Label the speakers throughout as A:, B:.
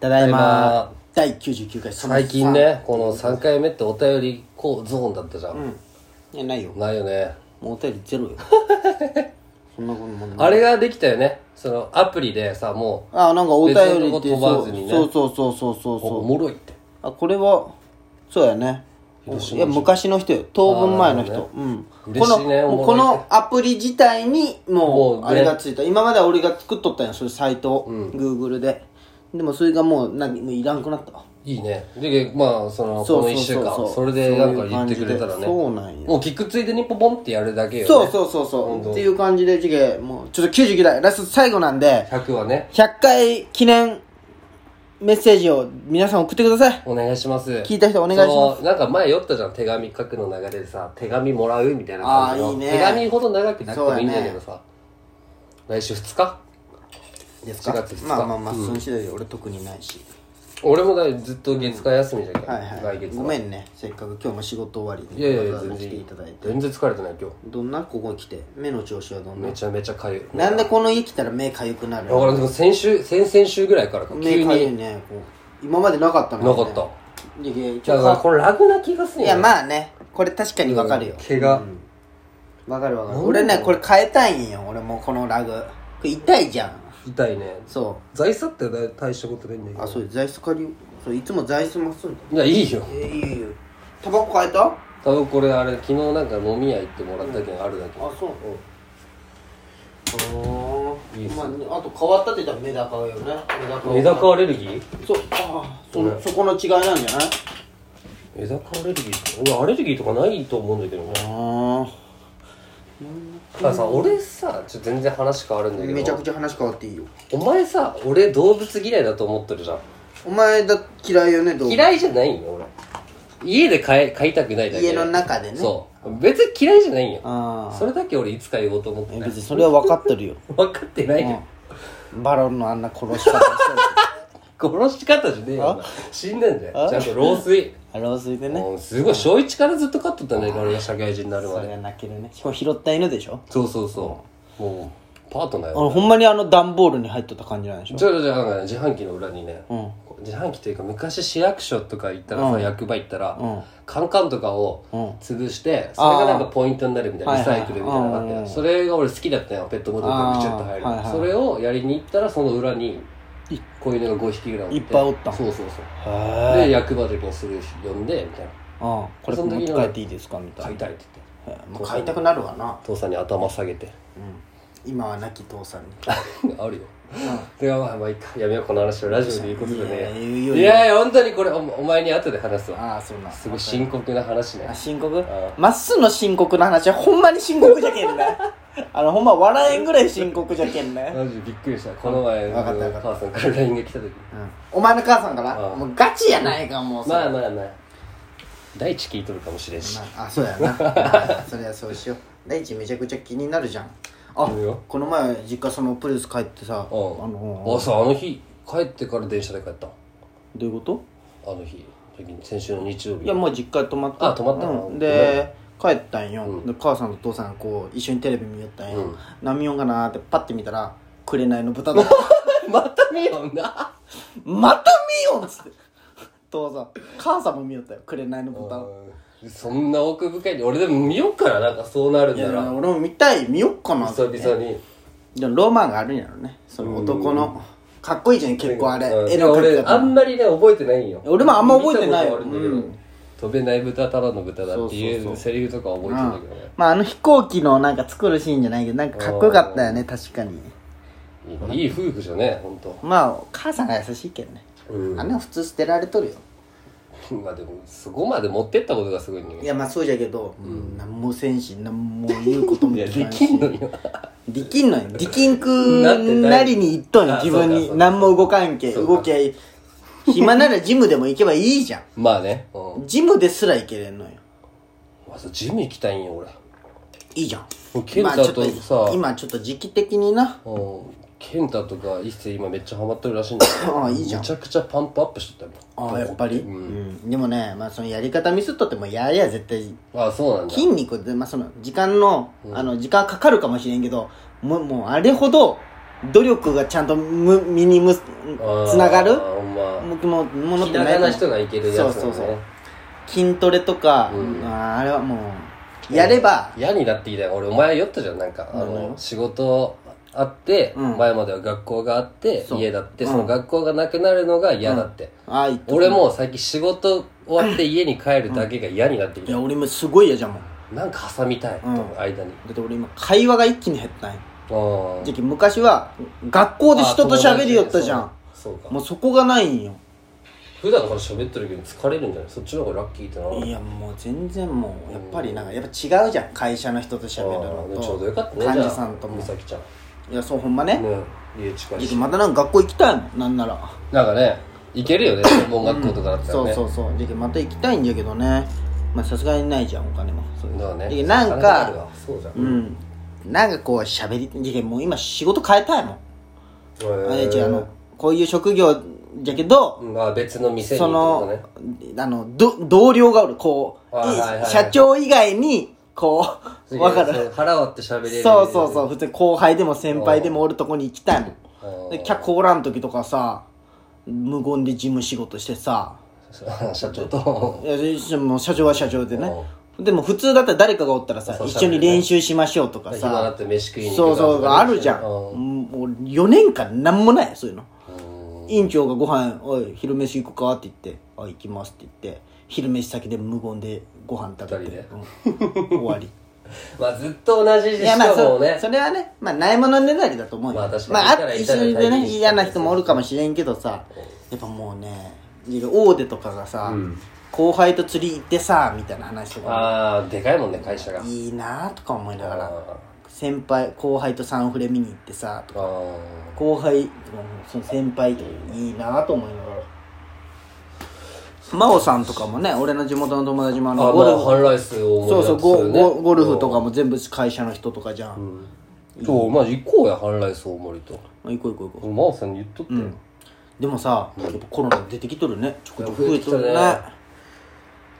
A: ただいま
B: ま
A: 第99回その
B: 最近ねこの3回目ってお便りこうゾーンだったじゃん、
A: 3いやないよ
B: ないよね
A: もうお便りゼロよそんなこともんない
B: あれができたよねそのアプリでさも
A: あなんかお便りって
B: 別のこと飛ばずにね
A: そうそうそうそうそう
B: うおお
A: そう
B: もろいって
A: あこれはそうやねいや昔の人よ当分前の人、うん
B: 嬉しいね
A: このもう
B: お
A: こ
B: もろいね
A: のアプリ自体にもう
B: もうね
A: あれがついた今までは俺が作っとったんやそれサイトを、Google ででもそれがもうなんかもういらんくなったわ
B: いいねでまあその
A: そうそうそうそ
B: こ
A: う
B: の1週間それでなんか言ってくれたらね
A: そういう感じでそうなんや
B: もうキックついでにポポンってやるだけよ、ね、
A: そうそうそうそうっていう感じで次元もうちょっと99代ラスト最後なんで
B: 100はね
A: 100回記念メッセージを皆さん送ってください
B: お願いします
A: 聞いた人お願いします
B: すなんか前酔ったじゃん手紙書くの流れでさ手紙もらうみたいな感じの
A: あーいいね
B: 手紙ほど長くなくてもいいんだけど
A: そ
B: さ、来週2日
A: ですか
B: 4月2日
A: まあまあまあその次第で俺特にないし、
B: 俺もだずっと月火休みじゃん、
A: はいはい
B: 来月
A: ご
B: は
A: めんねせっかく今日も仕事終わり
B: い
A: に
B: やいやい
A: わ
B: や
A: ざわざ
B: 全
A: 来
B: 然
A: ていただいて
B: 全然疲れてない今
A: どんなここに来て目の調子はどん
B: 日
A: な
B: めちゃめちゃかゆい
A: なんでこの家来たら目かゆくなる
B: だからでも先週先々週ぐらいからか急
A: 目
B: に
A: かゆいねこう今までなかったの
B: なかった
A: いやいやちょっ
B: だ
A: と
B: からこれ楽な気がする
A: い
B: よ
A: や
B: ね
A: まあねこれ確かにわかるよ
B: 毛が、
A: わかるわかる俺ねこれ変えたいんよ俺もこのラグこれ痛いじゃん
B: 痛いね
A: そ
B: 在座ってだい大したことないんだ
A: う
B: け
A: あ
B: ど
A: そう座椅子借りようそういつも座椅子もすんだ
B: いやいいよ
A: えー、いいよいいよタバコ変えたあ
B: 多分これあれ昨日なんか飲み屋行ってもらったけんあるだけ、
A: そう
B: いいっす
A: ああ、まあ、あと変わったって言ったらメダカよね
B: メ
A: メ
B: ダ
A: ダカ
B: カアレルギー
A: そうあーそのそこの違いなんじゃない
B: メダカアレルギー俺アレルギーとかないと思うんだけどね
A: あ
B: たださ俺さちょっと全然話変わるんだけど
A: めちゃくちゃ話変わっていいよ
B: お前さ俺動物嫌いだと思ってるじゃん
A: お前だ嫌いよねどう
B: 嫌いじゃないんよ俺家で飼い飼いたくないだけ
A: 家の中でね
B: そう別に嫌いじゃないんよ
A: ああ
B: それだけ俺いつか言おうと思ってない
A: 別にそれは分かって るよ
B: 分かってないよ、
A: バロンのあんな殺し 方してる
B: 殺し方じゃねえよお前死んでんだよ
A: あ
B: ちゃんと老衰
A: あ老衰でね
B: うんすごい小一からずっと飼っとったんだよ俺が社会人になるま
A: そ
B: で
A: れ泣けるねしかも拾った犬でしょ
B: そうそうそうもうパートナーよ
A: 俺ほんまにあの段ボールに入っとった感じなんでしょ
B: じゃあじゃあなんかね自販機の裏にね、自販機というか昔市役所とか行ったらさ、役場行ったら、カンカンとかを潰して、それがなんかポイントになるみたいな
A: はい
B: リ
A: はいは
B: サ
A: い
B: イクルみたいなのがあって、それが俺好きだったよペットボトルがぐちゃっと入る、
A: あーはいはい
B: それをやりに行ったらその裏に
A: い
B: 子犬が5匹ぐらい
A: いっぱいおったん
B: そうそうそう
A: へえ
B: で役場でこうすぐ呼んでみたいな
A: うんこれ
B: そ
A: 持
B: の
A: っ
B: 時
A: て
B: の
A: 帰っていいですかみた
B: 飼
A: い
B: いたいって言って
A: なもう買いたくなるわな
B: 父さんに頭下げて
A: うん今は亡き父 さんに
B: あるよ、でまあまあいいかやめようこの話はラジオで言うことで
A: いや
B: ね
A: 言うよ
B: いやいや本当にこれおお前に後で話すわ
A: ああそうなん
B: すごい深刻な話ね
A: あ深刻
B: あ
A: まっすーの深刻な話はほんまに深刻じゃけん ねあのほんま笑えんぐらい深刻じゃけんね
B: マジでびっくりしたこの前
A: わかったわかった
B: 母さんから LINE が来た時
A: うんお前の母さんから
B: ああ
A: もうガチやないかもうそれ
B: まあまあまあ大地聞いとるかもしれんし
A: まあ、あそうやな それはそうしよう大地めちゃくちゃ気になるじゃんあ
B: いいよ
A: この前実家そのプレス帰ってさあ
B: うん
A: の
B: あさあの日帰ってから電車で帰ったの
A: どういうこと
B: あの日先週の日曜
A: い
B: 日
A: やもう実家に泊まった
B: あ泊まったの
A: うんで帰ったんよ、で母さんと父さんがこう一緒にテレビ見よったんよ、何見ようかなーってパッて見たら「紅の豚だ」
B: また見よんな
A: また見ようっつって父さん母さんも見よったよ「紅の豚を」
B: そんな奥深いに俺でも見よっからなんかそうなるん
A: いや
B: だら
A: 俺も見たい見よっかなって
B: 久々に
A: でもロマンがあるんやろねその男のかっこいいじゃん結構あれ
B: うん
A: 絵
B: でも
A: の描き
B: 俺
A: 方
B: あんまりね覚えてないんよ
A: 俺もあんま覚えてない
B: 見たことはあるんだけど
A: うん
B: 飛べない豚ただの豚だってい
A: そうそう
B: う
A: そ
B: セリフとかは覚えてんだけどね
A: まああの飛行機のなんか作るシーンじゃないけどなんかかっこよかったよね確かに
B: いい夫婦じゃね本当。
A: まあ母さんが優しいけどね
B: うん
A: あんな普通捨てられとるよ
B: まあでもそこまで持ってったことがすごいね
A: いやまあそうじゃけど、うん、何もせんし何も言うことも
B: いや
A: でき
B: で
A: ない
B: きん
A: し
B: のよ
A: できんのよできん
B: なっ
A: く
B: てない
A: なりに言っとんよ
B: あ
A: 自分
B: そうかそう
A: に
B: か
A: 何も動かんけ
B: そうか
A: 動きゃいい暇ならジムでも行けばいいじゃん
B: まあねうん
A: ジムですら行けれんのよ
B: まずジム行きたいんよ俺
A: いいじゃん
B: もう健
A: まあちょ
B: 太
A: っと
B: とさ
A: 今ちょっと時期的にな
B: うん健太とか一星今めっちゃハマってるらしいんだけ ど
A: ああいいじゃん
B: めちゃくちゃパンプアップしてたよ
A: ああやっぱり、うんでもね、まあ、そのやり方ミスっとってもやりゃ絶対
B: ああそうなんだ
A: 筋肉で、まあ、その時間の,、あの時間かかるかもしれんけどもうもうあれほど努力がちゃんとむ身にむつながる
B: あーまあ
A: 僕もものっ
B: ひ
A: て
B: ら
A: ないと思
B: がな
A: う
B: 人がいけるやつだね
A: そうそうそう筋トレとか、
B: うん
A: あーあれはもうやれば、
B: 嫌になってきたよ俺お前酔ったじゃんなんかあ
A: 何
B: の
A: よ
B: 仕事あって、
A: うん
B: 前までは学校があって
A: そう
B: 家だって
A: うん
B: その学校がなくなるのが嫌だって、
A: ああ言って
B: 俺もう最近仕事終わって家に帰るだけが嫌になってき
A: い
B: た、
A: や俺今すごい嫌じゃんもん
B: なんか挟みたい、
A: うん
B: と思う間に
A: だって俺今会話が一気に減ったんや
B: あ
A: 時期昔は学校で人と喋りよったじゃん
B: そうそうか
A: もうそこがないんよ
B: 普段から喋ってるけど疲れるんじゃないそっちの方がラッキーってなる
A: いやもう全然もうやっぱりなんかやっぱ違うじゃん会社の人と喋るの
B: あ
A: と
B: ーちょうどよかったね
A: 患
B: じゃ
A: 者
B: あ
A: さんとも
B: 美咲ちゃん
A: いやそうほんまね
B: ね家近い
A: 時
B: し
A: 期またなんか学校行きたいもんなんなら
B: なんかね行けるよね専門学校とかだったら
A: そう
B: ね
A: そうそう時期また行きたいんだけどねまあさすがにないじゃんお金もそういう
B: だからね
A: 時期なん
B: 金ある
A: か
B: わそうじゃん
A: うんなんかこう喋り時期もう今仕事変えたいもん
B: へー
A: あれ違うあのこういう職業じゃけど、
B: まあ別の店に
A: そ
B: 行く
A: の、あの、ど、同僚がおる、こう、
B: はい
A: い
B: はいはい
A: 社長以外に、こう、わかる。
B: 腹割って喋れる
A: そうそうそう、普通に後輩でも先輩でもおるとこに行きたいもん。
B: う
A: で、客おらん時とかさ、無言で事務仕事してさ、
B: 社長と
A: いやでもう社長は社長でね
B: お。
A: でも普通だったら誰かがおったらさ、
B: そう
A: 一緒に練習しましょうとか
B: 暇だ
A: さ
B: っ、て飯食いに
A: そ
B: 行
A: う
B: くから
A: そう、あるじゃん。
B: う
A: もう4年間なんもない、そういうの。
B: うん
A: 院長がご飯おい昼飯行くかって言って「あ行きます」って言って昼飯先で無言でご飯食べて、うん終わり
B: まあずっと同じ
A: いや
B: 人
A: まあ
B: も
A: そ
B: ね
A: それはねまあないものねだりだと思うよ
B: まあ確かに
A: まあ
B: いたらい
A: 一
B: たら
A: 緒で
B: 大事
A: ね
B: に
A: 嫌な人もおるかもしれんけどさやっぱもうね大手とかがさ、
B: うん
A: 後輩と釣り行ってさみたいな話とか
B: ああでかいもんね会社が
A: いいなとか思いなが
B: あ
A: ら先輩後輩とサンフレ見に行ってさと
B: ー
A: か
B: あ
A: 後輩うんその先輩とかいいなと思いながら真央さんとかもね俺の地元の友達もあ
B: ーあ
A: の
B: ま
A: ゴル
B: あ
A: フ
B: ハンライスを
A: そ
B: 思
A: う
B: い
A: そう
B: 出
A: ゴ,、
B: すね
A: ゴゴルフとかも全部会社の人とかじゃん、
B: うんそうまあ行こうやハンライス大森と
A: 行こう行こう行こ
B: 俺真央さんに言っとって
A: う、うん、でもさ、やっぱコロナ出てきとるねちょくちょく
B: い
A: 増
B: や増
A: え
B: え
A: てき
B: てき
A: と
B: た
A: る
B: ね
A: ねあ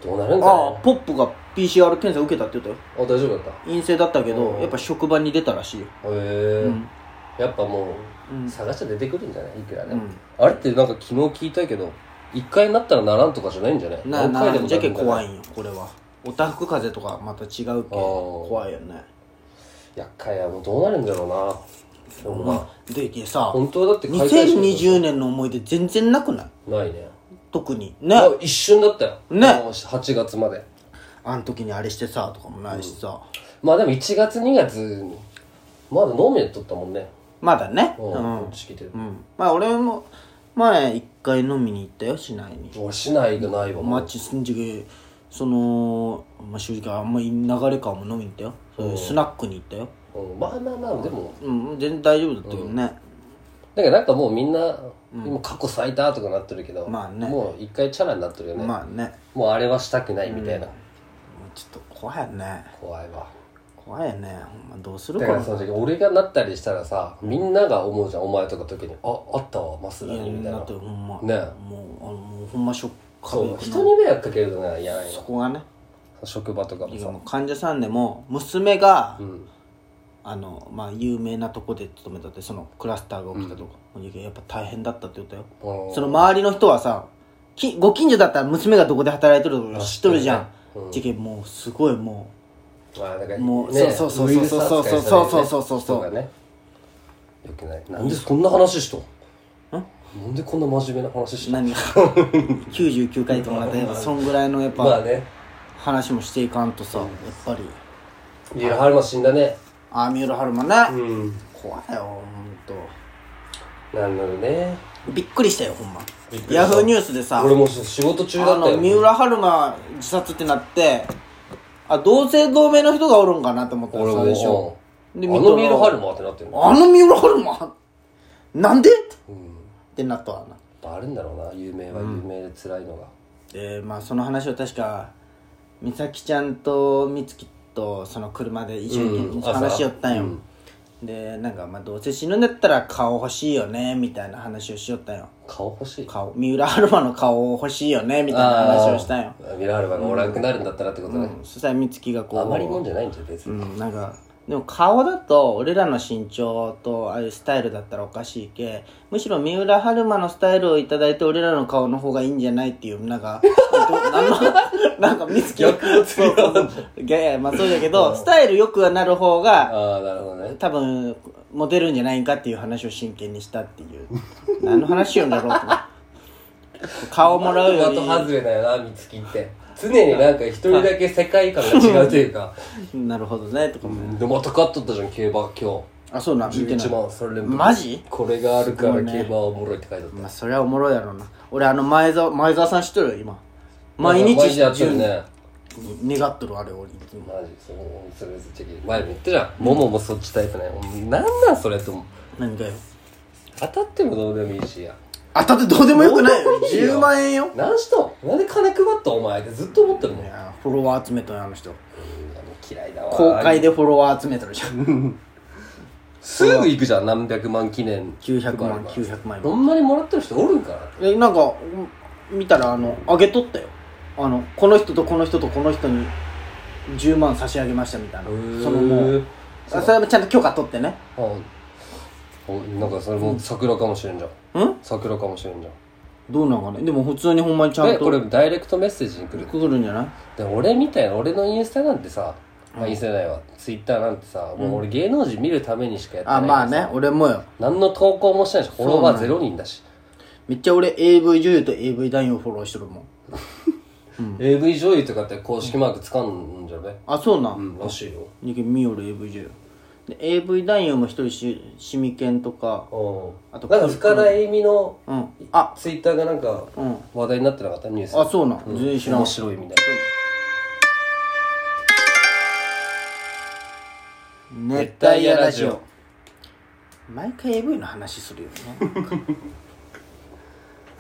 B: どうなるんか
A: あ
B: ね
A: ポップが PCR 検査受けたって言ったよ
B: あ大丈夫だったへ
A: 陰性だったけどやっぱ職場に出たらしいよ
B: え
A: うん
B: やっぱも
A: う
B: う探して出てくるんじゃないいくらでも
A: うん
B: あれってなんか昨日聞いたけど一回なったらならんとかじゃないんじゃない
A: なな
B: で
A: じゃけ怖
B: い
A: いんよこれはおたふく風邪とかまた違うけ
B: あー
A: 怖いよね
B: 厄介やもうどうなるんだろうなでもまあ
A: ででさ
B: 本当はだって開催し
A: 2020年の思い出全然なくない
B: ないね
A: 特にね
B: あ一瞬だったよ
A: ね
B: 8月まで
A: あん時にあれしてさとかもないしさ、
B: まあでも1月2月まだ飲みでとったもんね
A: まだね
B: うん
A: うん、
B: こっち来てる
A: うん、まあ俺も前一回飲みに行ったよ市内に
B: 俺市内がないわも
A: マ
B: う
A: ッチすんじけその、まあ、正直あんまり流れ感も飲みに行ったよそういうスナックに行ったよ
B: うんまあまあまあでも
A: うん全然大丈夫だったけどね、
B: だけどなんかもうみんな、今過去最多とかなってるけど、
A: まあね
B: もう一回チャラになってるよね、
A: まあね
B: もうあれはしたくないみたいな、
A: ちょっと怖いよね
B: 怖いわ
A: 怖いよねほんまどうする
B: だ
A: か
B: からその時俺がなったりしたらさみんなが思うじゃんお前とか時に「ああったわマスダに」みたい
A: だ
B: な
A: ってほんま、
B: ね
A: もうあのもうほんまショック
B: そう
A: 壁
B: 人に迷惑かけるのが嫌なん
A: そ
B: よ
A: こがね
B: 職場とかもさ
A: 今患者さんでも娘が、
B: うん
A: あのまあ有名なとこで勤めたってそのクラスターが起きたとか、やっぱ大変だったって言ったよ、その周りの人はさきご近所だったら娘がどこで働いてるとか知っとるじゃん、
B: うん
A: 事件もうすごいも
B: まあなんか
A: もう
B: ね
A: そうそうそうそう
B: ウイルス扱いされるね
A: そうそうそうそうそう
B: 人がねよくないなんでそんな話しとんなんでこんな真面目な話し
A: う
B: とん
A: 何が 99回とか例えばそんぐらいのやっ
B: まあ
A: ぱ
B: ね
A: 話もしていかんとさやっぱり
B: 三浦春馬死んだね
A: ああ三浦春馬ね、
B: うん
A: 怖いよほんと
B: なんだろうね
A: びっくりしたよほんま
B: びっくりした
A: ヤフーニュースでさ
B: 俺もそう仕事中だ
A: あ
B: った
A: の
B: よ
A: 三浦春馬自殺ってなってあ同姓同名の人がおるんかなと思ったら
B: 俺
A: 最初
B: もうん
A: で
B: あの三浦春馬ってなってるの
A: あの三浦春馬なんでってなったわな
B: あるんだろうな有名は有名で辛いのが、
A: えー、まあその話を確か美咲ちゃんと美月とその車で一緒
B: うん
A: に話しよったんよ、でなんかまあどうせ死ぬんだったら顔欲しいよねみたいな話をしよったんよ
B: 顔欲しい
A: 顔三浦春馬の顔欲しいよねみたいな話をしたんよ、
B: ミラールバがおらんくなるんだったらってことね、
A: うんそしたら美月がこう
B: あまりもんじゃないんじゃ別に、
A: うん、なんかでも顔だと俺らの身長とああいうスタイルだったらおかしいけむしろ三浦春馬のスタイルを頂いいて俺らの顔の方がいいんじゃないっていうなんかなんのなんか美月
B: 逆をつけよう
A: そうそうそういやいやまあそうだけどスタイル良くはなる方が
B: ああなるほどね
A: 多分モテるんじゃないかっていう話を真剣にしたっていう何の話うんだろうと思って顔もらうよ
B: 的
A: り
B: 外れだよな美月って常になんか一人だけ世界観が違うというか
A: なるほどねとかも、
B: でまた勝っとったじゃん競馬今
A: あそうなん
B: 日
A: 見てない
B: 11万それ連
A: マジ
B: これがあるか
A: す
B: ら
A: ごいね
B: 競馬はおもろいって書いてあった
A: まあそれはおもろいやろうな俺あの前澤前澤さん知っとるよ今毎日
B: 毎日やってるね
A: 願っとるあれ俺いつも
B: マジそのそれそっち前も言ったじゃんもももそっちタイプねなんなんそれと思う
A: 何かよ
B: 当たってもどうでもいいしや
A: 当たってどうでもよくないよ
B: どうでもいいよ
A: 10万円よ
B: 何しとんなんで金配ったお前ってずっと思ってるもん
A: いやフォロワー集めとるあの人
B: 嫌いだわ
A: 公開でフォロワー集めとるじゃん
B: すぐ行くじゃん何百万記念
A: 900万900万
B: ほんまにもらってる人おるんかな
A: えなんか見たらあのあげとったよあのこの人とこの人とこの人に10万差し上げましたみたいなそのもうあそれもちゃんと許可取ってね
B: あおなんかそれもう桜かもしれんじゃん
A: うん
B: 桜かもしれんじゃ
A: どうなんかねでも普通にほんまにちゃ
B: ん
A: ん
B: えことれダイレクトメッセージに来る
A: くぐるんじゃない
B: で俺みたいな俺のインスタなんてさ、まあ、インスタじゃないわツイッターなんてさ、もう俺芸能人見るためにしかやってない
A: あまあね俺もよ
B: 何の投稿もしてないしフォロワーゼロ人だし、
A: めっちゃ俺 AV 女優と AV 男優をフォローしてるもん
B: AV 女優とかって公式マークつかんんじゃね
A: あそうな
B: うんんらしいよ
A: にけみよる AV 女優で AV 男優も一人しシミケンとか
B: うん
A: あと
B: なんか深田恵美の
A: うんあ
B: ツイッターがなんか
A: うん
B: 話題になってなかったニュース
A: あそうなん全然知らん
B: 面白いみたい
A: 熱帯夜ラジオ毎回 AV の話するよね